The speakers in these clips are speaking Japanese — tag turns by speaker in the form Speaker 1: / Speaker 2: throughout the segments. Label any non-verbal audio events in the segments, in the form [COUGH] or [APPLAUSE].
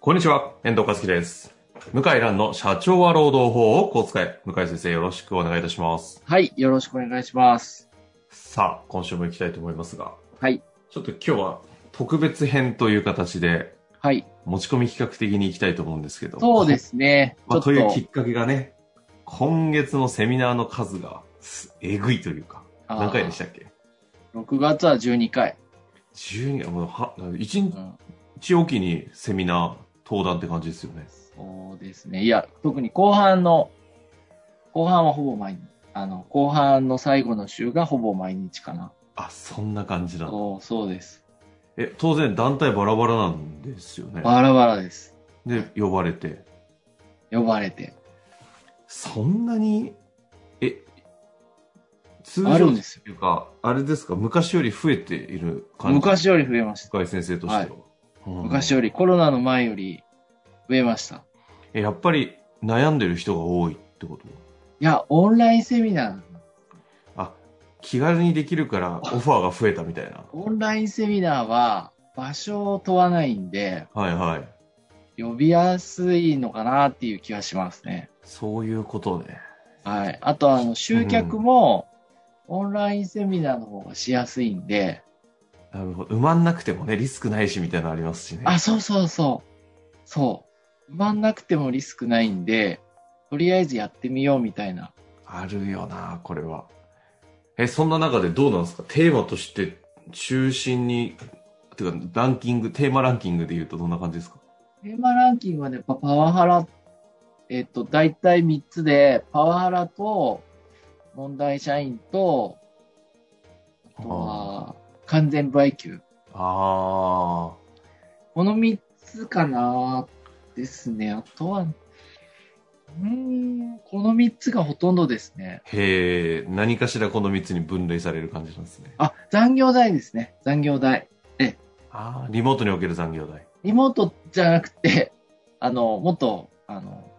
Speaker 1: こんにちは、遠藤和樹です。向井蘭の社長は労働法をこう使え。向井先生よろしくお願いいたします。
Speaker 2: はい、よろしくお願いします。
Speaker 1: さあ、今週も行きたいと思いますが、
Speaker 2: はい、
Speaker 1: ちょっと今日は特別編という形で
Speaker 2: はい、
Speaker 1: 持ち込み企画的に行きたいと思うんですけど。
Speaker 2: そうですね。
Speaker 1: [LAUGHS]
Speaker 2: ち
Speaker 1: ま
Speaker 2: ょ
Speaker 1: あ、
Speaker 2: っ
Speaker 1: と
Speaker 2: と
Speaker 1: いうきっかけがね、今月のセミナーの数がすえぐいというか、
Speaker 2: あー
Speaker 1: 何回でしたっけ
Speaker 2: ?6 月は12回。
Speaker 1: ?12、もうは1
Speaker 2: うん
Speaker 1: 日おきにセミナー、登壇って感じですよね。
Speaker 2: そうですね。いや、特に後半の、後半はほぼ毎日、あの、後半の最後の週がほぼ毎日かな。
Speaker 1: あ、そんな感じなんだ。
Speaker 2: そう、そうです。
Speaker 1: え、当然団体バラバラなんですよね。
Speaker 2: バラバラです。
Speaker 1: で、呼ばれて。
Speaker 2: 呼ばれて。
Speaker 1: そんなに、え、通
Speaker 2: あ
Speaker 1: 常
Speaker 2: るん
Speaker 1: と
Speaker 2: ですよ。
Speaker 1: いうか、あれですか、昔より増えている感じ
Speaker 2: 昔より増えました。
Speaker 1: 深井先生としては。
Speaker 2: はい
Speaker 1: うん
Speaker 2: 昔より、コロナの前より増えました。
Speaker 1: えやっぱり悩んでる人が多いってこと
Speaker 2: いや、オンラインセミナー、
Speaker 1: あ、気軽にできる
Speaker 2: [LAUGHS]
Speaker 1: からオファーが増えたみたいな。
Speaker 2: オンラインセミナーは場所を問わないんで、
Speaker 1: はいはい。
Speaker 2: 呼びやすいのかなっていう気はしますね。
Speaker 1: そういうことね。
Speaker 2: はい。あと、あの、集客も、オンラインセミナーの方がしやすいんで、
Speaker 1: なるほど。埋まんなくてもね、リスクないしみたいなのありますしね。
Speaker 2: あ、そうそうそう。そう。埋まんなくてもリスクないんで、とりあえずやってみようみたいな。
Speaker 1: あるよな、これは。え、そんな中でどうなんですかテーマとして中心に、てかランキング、テーマランキングで言うとどんな感じですか
Speaker 2: テーマランキングはね、パパワハラ、えっと、大体3つで、パワハラと、問題社員と、あとは、完全売給。
Speaker 1: あ
Speaker 2: この3つかなですね。あとは、うーん、この3つがほとんどですね。
Speaker 1: ー。へえ、何かしらこの3つに分類される感じなんですね。
Speaker 2: あ、残業代ですね。残業代。
Speaker 1: ああ、リモートにおける残業代。
Speaker 2: リモートじゃなくて、あの、もっと、あの、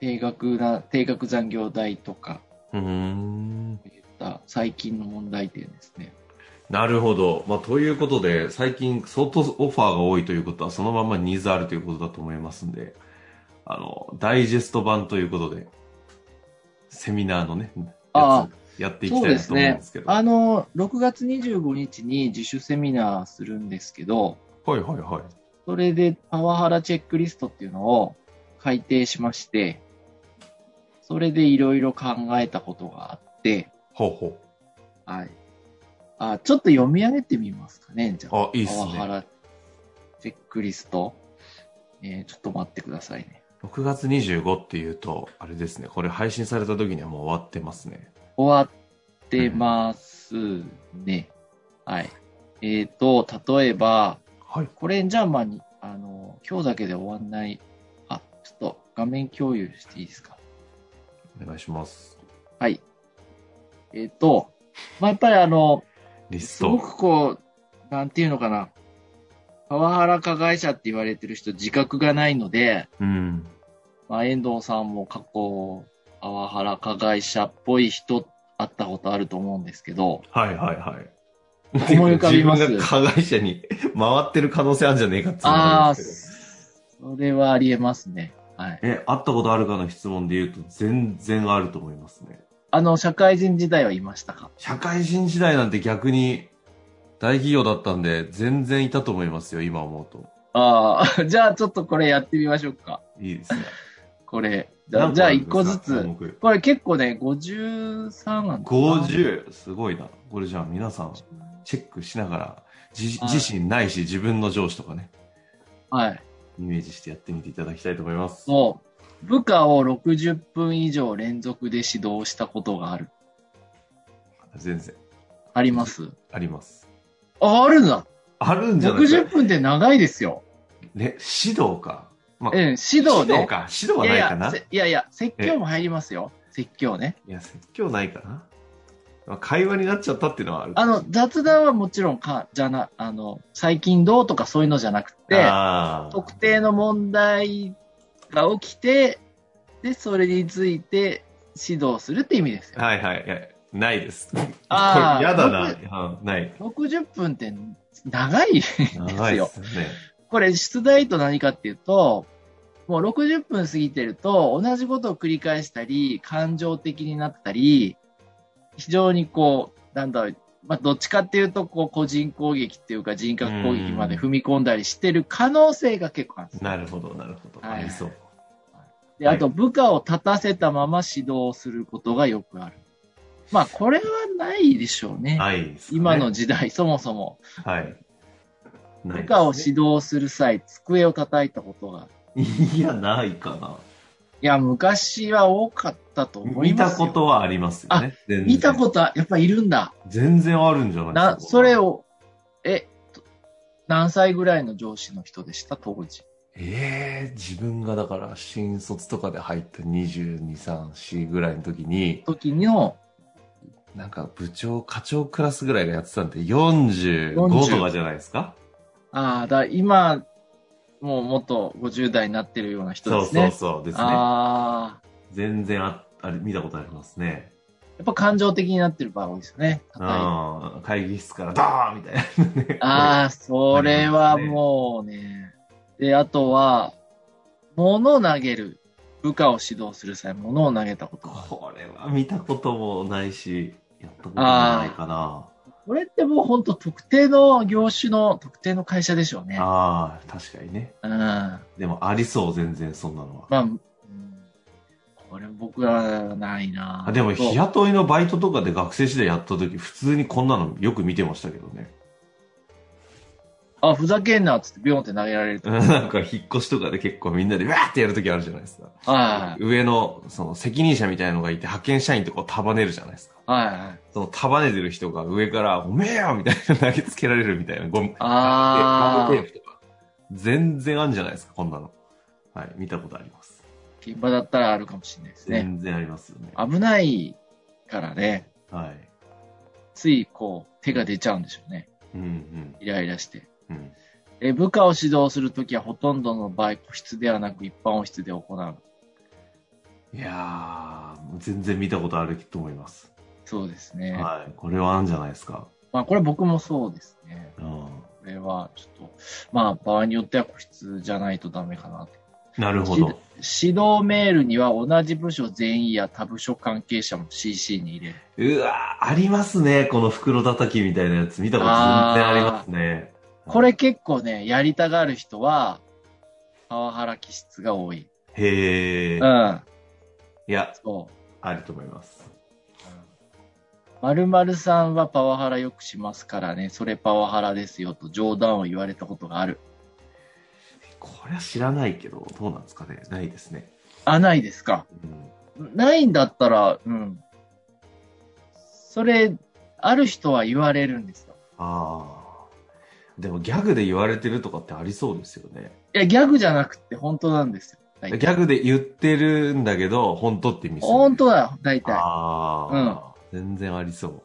Speaker 2: 定額な、定額残業代とか、
Speaker 1: うーん。
Speaker 2: そういった最近の問題点ですね。
Speaker 1: なるほど。まあ、ということで、最近相当オファーが多いということは、そのままニーズあるということだと思いますんで、あの、ダイジェスト版ということで、セミナーのね、や
Speaker 2: あ
Speaker 1: つやっていき
Speaker 2: そう
Speaker 1: たい
Speaker 2: で
Speaker 1: な
Speaker 2: す
Speaker 1: と思うん
Speaker 2: ね
Speaker 1: ですけ。ど。
Speaker 2: あの、6月25日に自主セミナーするんですけど、
Speaker 1: はいはいはい。
Speaker 2: それでパワハラチェックリストっていうのを改定しまして、それでいろいろ考えたことがあって、
Speaker 1: ほうほ
Speaker 2: はい。あ、ちょっと読み上げてみますかね、じゃ
Speaker 1: う。
Speaker 2: あ。
Speaker 1: あ、いいっす
Speaker 2: パワハ
Speaker 1: ね。
Speaker 2: ラチェックリスト。えーちょっと待ってくださいね。
Speaker 1: 6月25っていうと、あれですね、これ配信された時にはもう終わってますね。
Speaker 2: 終わってますね。はい。えっ、と、例えば、
Speaker 1: はい。
Speaker 2: これじゃあまあに、あの、今日だけで終わんない。あ、ちょっと画面共有していいですか
Speaker 1: お願いします。
Speaker 2: はい。えっ、と、まあ、やっぱりあの、
Speaker 1: リス
Speaker 2: す
Speaker 1: ト。
Speaker 2: ごくこう、なんていうのかな、パワハラ加害者って言われてる人自覚がないので、
Speaker 1: うん。
Speaker 2: まあ、遠藤さんも過去、パワハラ加害者っぽい人会ったことあると思うんですけど、
Speaker 1: はいはいはい。
Speaker 2: 思い浮かびます
Speaker 1: 自分が加害者に回ってる可能性あるんじゃねえかっていうのが
Speaker 2: あ
Speaker 1: あ
Speaker 2: あ、
Speaker 1: るんです
Speaker 2: それはありえますね。はい。
Speaker 1: けどえ、会ったことあるかの質問で言うと全然あると思いますね。
Speaker 2: あの、社会人時代はいましたか
Speaker 1: 社会人時代なんて逆に大企業だったんで全然いたと思いますよ、今思うと。
Speaker 2: ああ、 [LAUGHS] じゃあちょっとこれやってみましょうか。
Speaker 1: いいですね。
Speaker 2: これ。 [LAUGHS] じ
Speaker 1: なん
Speaker 2: ゃ
Speaker 1: か
Speaker 2: あ、じゃあ
Speaker 1: る
Speaker 2: 一
Speaker 1: んですか
Speaker 2: 個ず
Speaker 1: 項
Speaker 2: つ。
Speaker 1: 目
Speaker 2: これ結構ね、53なんだな
Speaker 1: 50すごいなこれじゃあ皆さんチェックしながらじ
Speaker 2: はい
Speaker 1: 自身ないし自分の上司とかね
Speaker 2: はい。
Speaker 1: イメージしてやってみていただきたいと思います
Speaker 2: そう。部下を60分以上連続で指導したことがある。
Speaker 1: 全然
Speaker 2: あります。
Speaker 1: あります
Speaker 2: あ、あるな。
Speaker 1: あるんじゃないですか。
Speaker 2: 60分って長いですよ。
Speaker 1: ね、指導か。ま
Speaker 2: うん、指導
Speaker 1: 指
Speaker 2: ね
Speaker 1: 導。か。指導はいな
Speaker 2: やい
Speaker 1: いかな。
Speaker 2: や、
Speaker 1: いや
Speaker 2: せいやいや、説教も入りますよ。説教ね。
Speaker 1: 説教ないかな。まあ会話になっちゃったっていうのはある。
Speaker 2: あの、雑談はもちろんか、じゃな、あの、最近どうとかそういうのじゃなくて、
Speaker 1: あー
Speaker 2: 特定の問題が起きて、で、それについて指導するって意味ですよ。
Speaker 1: はいはい。いやないです。
Speaker 2: あー
Speaker 1: [LAUGHS] これやだな。うんない。
Speaker 2: 60分って長い [LAUGHS] ですよ。
Speaker 1: 長いですよね。
Speaker 2: これ、出題と何かっていうと、もう60分過ぎてると、同じことを繰り返したり、感情的になったり、非常にこう、なんだろう、まあ、どっちかっていうと、こう、個人攻撃っていうか、人格攻撃まで踏み込んだりしてる可能性が結構あるんですよ
Speaker 1: なるほど、なるほど。
Speaker 2: は
Speaker 1: あ
Speaker 2: い
Speaker 1: りそう。
Speaker 2: で、あと、部下を立たせたまま指導することがよくある。まあ、これはないでしょうね。
Speaker 1: ないですかね
Speaker 2: 今の時代、そもそも。
Speaker 1: はい。ない
Speaker 2: 部
Speaker 1: ですね
Speaker 2: 下を指導する際、机を叩いたことが。
Speaker 1: いや、ないかな。
Speaker 2: いや、昔は多かったと思
Speaker 1: 見
Speaker 2: いま
Speaker 1: た
Speaker 2: すよ。
Speaker 1: ことはありますよね。全然
Speaker 2: 見たことは、やっぱいるんだ。
Speaker 1: 全然あるんじゃないです
Speaker 2: な、
Speaker 1: か。
Speaker 2: それ。を、え、と何歳ぐらいの上司の人でした、当時。
Speaker 1: ええ自分がだから、新卒とかで入った22、3、4ぐらいの時に、
Speaker 2: 時の、
Speaker 1: なんか部長、課長クラスぐらいがやってたんで、45とかじゃないですか。
Speaker 2: ああ、だ、今、もうもっと50代になってるような人
Speaker 1: そう
Speaker 2: です
Speaker 1: そう
Speaker 2: ね。
Speaker 1: そうですね。
Speaker 2: ああ、
Speaker 1: 全然あ、あれ、見たことありますね。
Speaker 2: やっぱ感情的になってる場合多いですよね。
Speaker 1: う
Speaker 2: 叩いて
Speaker 1: ん。会議室から、ダーンみたい
Speaker 2: [LAUGHS]
Speaker 1: なね。
Speaker 2: ああ、それはもうね。で、あとは、物を投げる。部下を指導する際、物を投げたことがある。
Speaker 1: これは見たこともないし、やったこともないかな。
Speaker 2: これってもう本当特定の業種の特定の会社でしょうね。
Speaker 1: ああ、確かにね。
Speaker 2: うん。ま
Speaker 1: でもありそう、全然そんなのは。
Speaker 2: あ、うんこれ僕はないな
Speaker 1: あでも、日
Speaker 2: や
Speaker 1: 雇いのバイトとかで学生時代やった時、普通にこんなのよく見てましたけどね。 [LAUGHS]
Speaker 2: あ、ふざけんなっつってビョンって投げられると。
Speaker 1: なんか、引っ越しとかで結構みんなでわーってやる時あるじゃないですか。
Speaker 2: はい
Speaker 1: 上の、その、責任者みたいなのがいて、派遣社員とかを束ねるじゃないですか。
Speaker 2: はいはい。
Speaker 1: その、束ねてる人が上から、おめえよみたいな投げつけられるみたいな、ゴム、
Speaker 2: あ
Speaker 1: ガム
Speaker 2: あ
Speaker 1: テ、ープとか。全然あるんじゃないですか、こんなの。はい、見たことあります。
Speaker 2: 現場だったらあるかもしれないですね。
Speaker 1: 全然ありますよね。
Speaker 2: 危ないからね、
Speaker 1: はい。
Speaker 2: ついこう手が出ちゃうんでしょうね。
Speaker 1: うん
Speaker 2: イライラして。
Speaker 1: うんうん。
Speaker 2: え部下を指導するときはほとんどの場合、個室ではなく一般を室で行う。
Speaker 1: いやー、全然見たことあると思います。
Speaker 2: そうですね。
Speaker 1: はい。これはあるんじゃないですか。
Speaker 2: まあ、これ僕もそうですね。
Speaker 1: うん。
Speaker 2: これは、ちょっと、まあ、場合によっては個室じゃないとダメかなと。
Speaker 1: なるほど。
Speaker 2: 指導メールには同じ部署全員や他部署関係者も CC に入れる。
Speaker 1: うわー、ありますね。この袋叩きみたいなやつ。見たこと全然ありますね。
Speaker 2: これ結構ね、やりたがる人は、パワハラ気質が多い。
Speaker 1: へ
Speaker 2: う
Speaker 1: ー。
Speaker 2: ん。
Speaker 1: いや、
Speaker 2: そ
Speaker 1: あると思います。
Speaker 2: う。〇〇さんはパワハラよくしますからね、それパワハラですよと冗談を言われたことがある。
Speaker 1: これは知らないけど、どうなんですかね。ないですね。
Speaker 2: あ、ないですか。
Speaker 1: うん
Speaker 2: ないんだったら、うん。それ、ある人は言われるんですよ。
Speaker 1: あー。でもギャグで言われてるとかってありそうですよね。
Speaker 2: いや、ギャグじゃなくて本当なんですよ。大
Speaker 1: ギ
Speaker 2: 体
Speaker 1: ャグで言ってるんだけど、本当って意味する
Speaker 2: 本当だよ、大体。
Speaker 1: ああ、全然ありそう。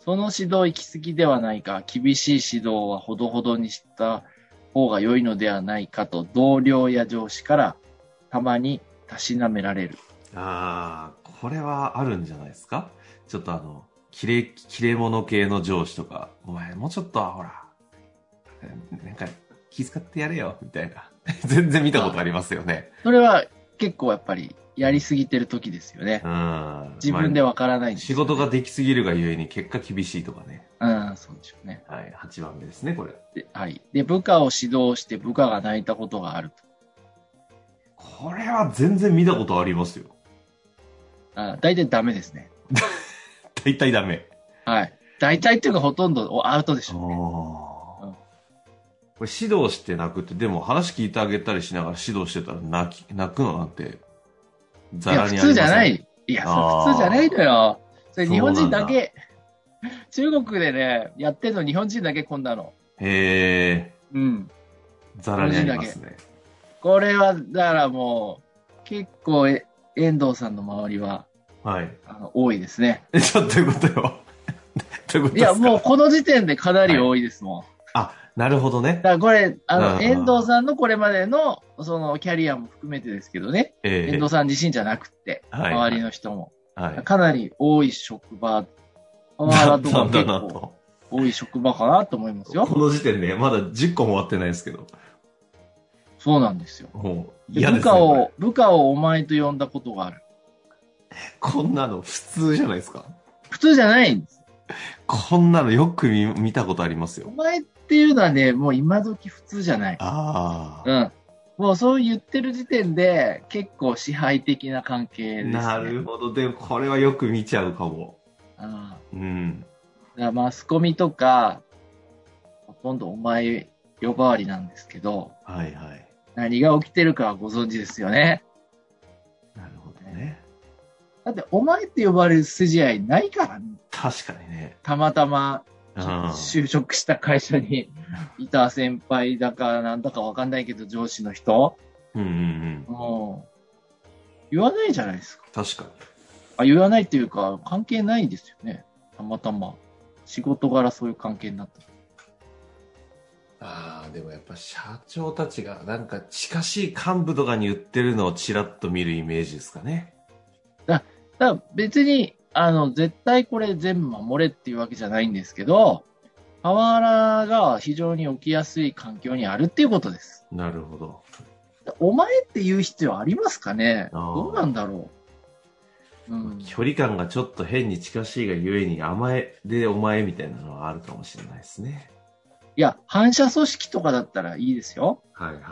Speaker 2: その指導行き過ぎではないか、厳しい指導はほどほどにした方が良いのではないかと、同僚や上司からたまにたしなめられる。
Speaker 1: ああ、これはあるんじゃないですかちょっとあの、きれ、きれ者系の上司とか、お前もうちょっとはほら、えなんか気遣ってやれよ、みたいな。 [LAUGHS] 全然見たことありますよね。
Speaker 2: それは結構やっぱりやりすぎてる時ですよね
Speaker 1: う。ん。
Speaker 2: 自分で
Speaker 1: は、
Speaker 2: わからないんです
Speaker 1: 仕
Speaker 2: よね
Speaker 1: 事ができすぎるがゆえに結果厳しいとかね。
Speaker 2: うん、そうでしょうね。
Speaker 1: はい、8番目ですね、これ。
Speaker 2: で、はい。で、部下を指導して部下が泣いたことがあると。
Speaker 1: これは全然見たことありますよ。
Speaker 2: あ大体ダメですね。
Speaker 1: 大体ダメ。
Speaker 2: はい。大体っていうかほとんどアウトでし
Speaker 1: あ
Speaker 2: ょうね。うん
Speaker 1: ーこれ指導して泣くって、でも話聞いてあげたりしながら指導してたら泣き、泣くのなんて、
Speaker 2: い
Speaker 1: ざ
Speaker 2: や、
Speaker 1: ら
Speaker 2: 普
Speaker 1: にありません
Speaker 2: 通じゃない。いや、そう
Speaker 1: あー
Speaker 2: 普通じゃないのよ。それ日本人だけ。 [LAUGHS] 中国でね、やってるの日本人だけこんなの。
Speaker 1: へえ、
Speaker 2: うん。
Speaker 1: ざらにありますね。
Speaker 2: これは、だからもう、結構、え遠藤さんの周りは、
Speaker 1: はい。
Speaker 2: あの、多いですね。
Speaker 1: え、ちょっということよ。ということ
Speaker 2: い
Speaker 1: ですか
Speaker 2: や、もうこの時点でかなり多いですもん。
Speaker 1: なるほどね
Speaker 2: だ。からこれ、あ
Speaker 1: うん
Speaker 2: の、遠藤さんのこれまでの、その、キャリアも含めてですけどね。
Speaker 1: ええ
Speaker 2: 遠藤さん自身じゃなくって、
Speaker 1: はい
Speaker 2: 周りの人も。
Speaker 1: はい。
Speaker 2: かなり多い職場、パワハラと
Speaker 1: [LAUGHS]
Speaker 2: か
Speaker 1: なんだ
Speaker 2: 結
Speaker 1: な
Speaker 2: 構
Speaker 1: と。
Speaker 2: 多い職場かなと思いますよ。
Speaker 1: この時点でまだ10個も終わってないですけど。
Speaker 2: そうなんですよ。
Speaker 1: もう
Speaker 2: で
Speaker 1: 嫌で
Speaker 2: 部
Speaker 1: すね。
Speaker 2: 下
Speaker 1: これ
Speaker 2: を、部下をお前と呼んだことがある。
Speaker 1: こんなの普通じゃないですか。
Speaker 2: 普通じゃないんです。
Speaker 1: こんなのよく見見たことあります
Speaker 2: お
Speaker 1: よ。
Speaker 2: 前っていうのはね、もう今時普通じゃない。
Speaker 1: あ
Speaker 2: う
Speaker 1: あ、
Speaker 2: ん。もうそう言ってる時点で、結構支配的な関係です、ね。
Speaker 1: なるほど。でもこれはよく見ちゃうかも。
Speaker 2: うん
Speaker 1: うん。
Speaker 2: だからマスコミとか、今度お前呼ばわりなんですけど、
Speaker 1: はいはい。
Speaker 2: 何が起きてるかはご存知ですよね。
Speaker 1: なるほどね。
Speaker 2: だって、お前って呼ばれる筋合いないからね。
Speaker 1: 確かにね。
Speaker 2: たまたま
Speaker 1: うん。
Speaker 2: 就職した会
Speaker 1: [LAUGHS]
Speaker 2: 社にいた先輩だかなんだかわかんないけど上司の人、
Speaker 1: うんうんうん。
Speaker 2: もう、言わないじゃないですか。
Speaker 1: 確かに。
Speaker 2: あ、言わないっていうか、関係ないですよね。たまたま。仕事柄そういう関係になった。
Speaker 1: ああ、でもやっぱ社長たちがなんか近しい幹部とかに言ってるのをちらっと見るイメージですかね。
Speaker 2: だから別に、あの、絶対これ全部守れっていうわけじゃないんですけど、パワハラが非常に起きやすい環境にあるっていうことです。
Speaker 1: なるほど。
Speaker 2: お前って言う必要ありますかね
Speaker 1: あー
Speaker 2: どうなんだろう、うん、
Speaker 1: 距離感がちょっと変に近しいがゆえに甘えでお前みたいなのはあるかもしれないですね。
Speaker 2: いや、反射組織とかだったらいいですよ。
Speaker 1: はいはい。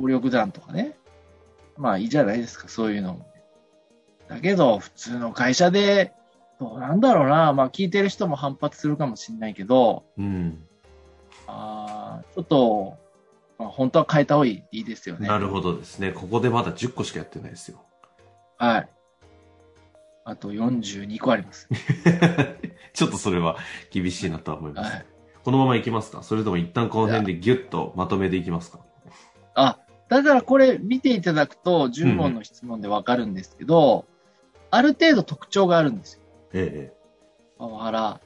Speaker 2: 暴力団とかね。まあいいじゃないですか、そういうのも。だけど、普通の会社で、どうなんだろうな。まあ聞いてる人も反発するかもしれないけど、
Speaker 1: うん。
Speaker 2: あーちょっと、まあ、本当は変えた方がいいですよね。
Speaker 1: なるほどですね。ここでまだ10個しかやってないですよ。 [LAUGHS]
Speaker 2: はい。あと42個あります。
Speaker 1: ちょっとそれは厳しいなとは思います。
Speaker 2: はい。
Speaker 1: このままいきますかそれとも一旦この辺でギュッとまとめていきますか
Speaker 2: あ、だからこれ見ていただくと10問の質問でわかるんですけど、ある程度特徴があるんですよ。
Speaker 1: え
Speaker 2: パワハラ、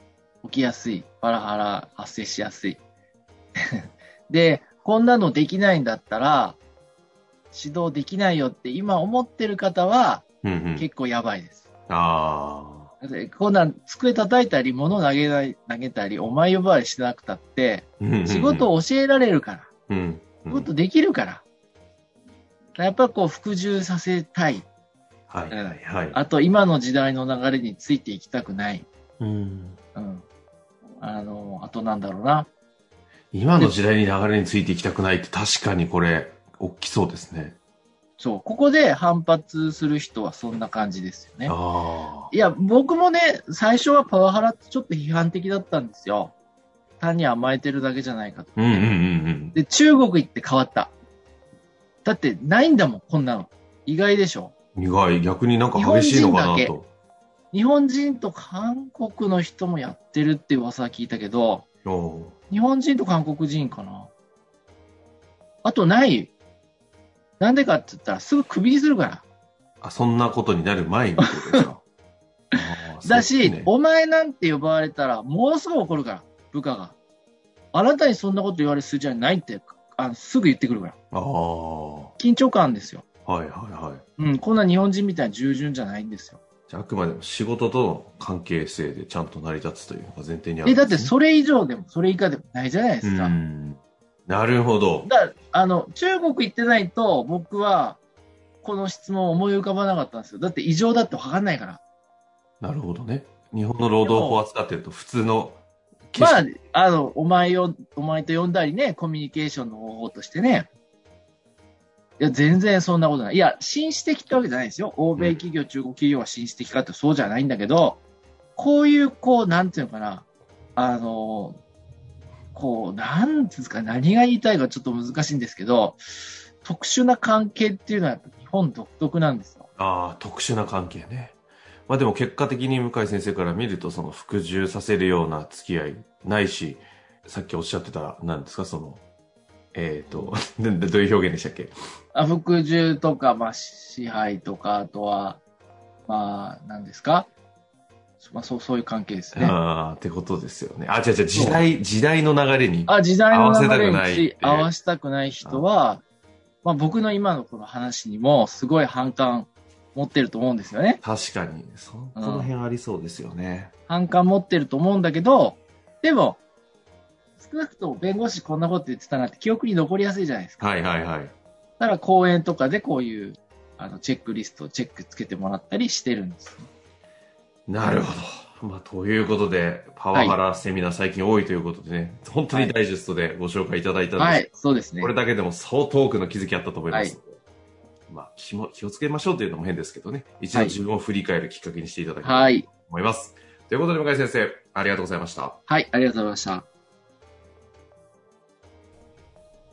Speaker 2: 起きやすい。パワハラ、発生しやすい。 [LAUGHS] で、こんなのできないんだったら、指導できないよって今思ってる方は
Speaker 1: え。うんうん。
Speaker 2: 結構やばいです。
Speaker 1: あ
Speaker 2: でこんなん机叩いたり、物投げない投げたり、お前呼ばわりしなくたって、
Speaker 1: あ。うんうんうん
Speaker 2: 仕事、を教えられるから。
Speaker 1: うんうん
Speaker 2: 仕事できるから。やっぱりこう、服従させたい。
Speaker 1: はいはいはい。
Speaker 2: あと、今の時代の流れについていきたくない。
Speaker 1: うん
Speaker 2: うん。あの、あとなんだろうな。
Speaker 1: 今の時代に流れについていきたくないって確かにこれ、大きそうですね。
Speaker 2: そう、ここで反発する人はそんな感じですよね。
Speaker 1: ああ。
Speaker 2: いや、僕もね、最初はパワハラってちょっと批判的だったんですよ。単に甘えてるだけじゃないかと。
Speaker 1: うんうんうんうん。
Speaker 2: で、中国行って変わった。だって、ないんだもん、こんなの。意外でしょ。
Speaker 1: 意外、逆になんか激しいのかな
Speaker 2: 日本
Speaker 1: と。
Speaker 2: 日本人と韓国の人もやってるって噂は聞いたけど、
Speaker 1: おう
Speaker 2: 日本人と韓国人かな。あとない。なんでかって言ったら、すぐクビにするから。
Speaker 1: あそんなことになる前にってことです
Speaker 2: [LAUGHS]
Speaker 1: かあー
Speaker 2: だし、
Speaker 1: そうですね
Speaker 2: お前なんて呼ばれたら、もうすぐ怒るから、部下が。あなたにそんなこと言われる筋合いないって、あのすぐ言ってくるから。
Speaker 1: ああ。は
Speaker 2: 緊張感ですよ。
Speaker 1: いはいはい。
Speaker 2: うん、こんな日本人みたいに従順じゃないんですよ。
Speaker 1: じゃあ、あくまでも仕事との関係性でちゃんと成り立つというのが前提にある
Speaker 2: え、
Speaker 1: ん
Speaker 2: だ
Speaker 1: で
Speaker 2: って
Speaker 1: すね、
Speaker 2: それ以上でも、それ以下でもないじゃないですか。
Speaker 1: うん。なるほど。
Speaker 2: だからあの、中国行ってないと、僕は、この質問思い浮かばなかったんですよ。だって異常だって分かんないから。
Speaker 1: なるほどね。日本の労働法を扱ってると普通の景
Speaker 2: ま
Speaker 1: 色
Speaker 2: あ、あの、お前を、お前と呼んだりね、コミュニケーションの方法としてね。いや、全然そんなことない。いや、紳士的ってわけじゃないですよ。欧米企業、中国企業は紳士的かってそうじゃないんだけど、こういう、こう、なんていうのかな、あの、こう、なんていうんですか、何が言いたいかちょっと難しいんですけど、特殊な関係っていうのはやっぱ日本独特なんですよ。
Speaker 1: ああ、特殊な関係ね。まあでも結果的に向井先生から見ると、その服従させるような付き合いないし、さっきおっしゃってた、何ですか、その、えっ、と、 [LAUGHS] ででどういう表現でしたっけ
Speaker 2: あ服従とか、まあ、支配とか、あとは、まあ、何ですかまあ、そう、そういう関係ですね。
Speaker 1: ああ、ってことですよね。あ、違う違う、時代、時代の流れに。
Speaker 2: あ、時代の流れ
Speaker 1: 合わせたくないってい
Speaker 2: に
Speaker 1: う
Speaker 2: 合わせたくない人は、まあ僕の今のこの話にもすごい反感持ってると思うんですよね。
Speaker 1: 確かに、そ、この辺ありそうですよね。
Speaker 2: 反感持ってると思うんだけど、でも、少なくとも弁護士こんなこと言ってたなって記憶に残りやすいじゃないですか。
Speaker 1: はいはいはい。
Speaker 2: だから講演とかでこういうあのチェックリストをチェックつけてもらったりしてるんですよ。
Speaker 1: なるほど。まあ、ということで、パワハラセミナー最近多いということでね、本当にダイジェストでご紹介いただいたんです、
Speaker 2: はい、そうですね
Speaker 1: こ。れだけでも相当多くの気づきあったと思いますので、まあ気も、気をつけましょうというのも変ですけどね、一度
Speaker 2: はい
Speaker 1: 自分を振り返るきっかけにしていただきたい
Speaker 2: はい
Speaker 1: と、思います。ということで、向井先生、ありがとうございました。
Speaker 2: はい、ありがとうございました。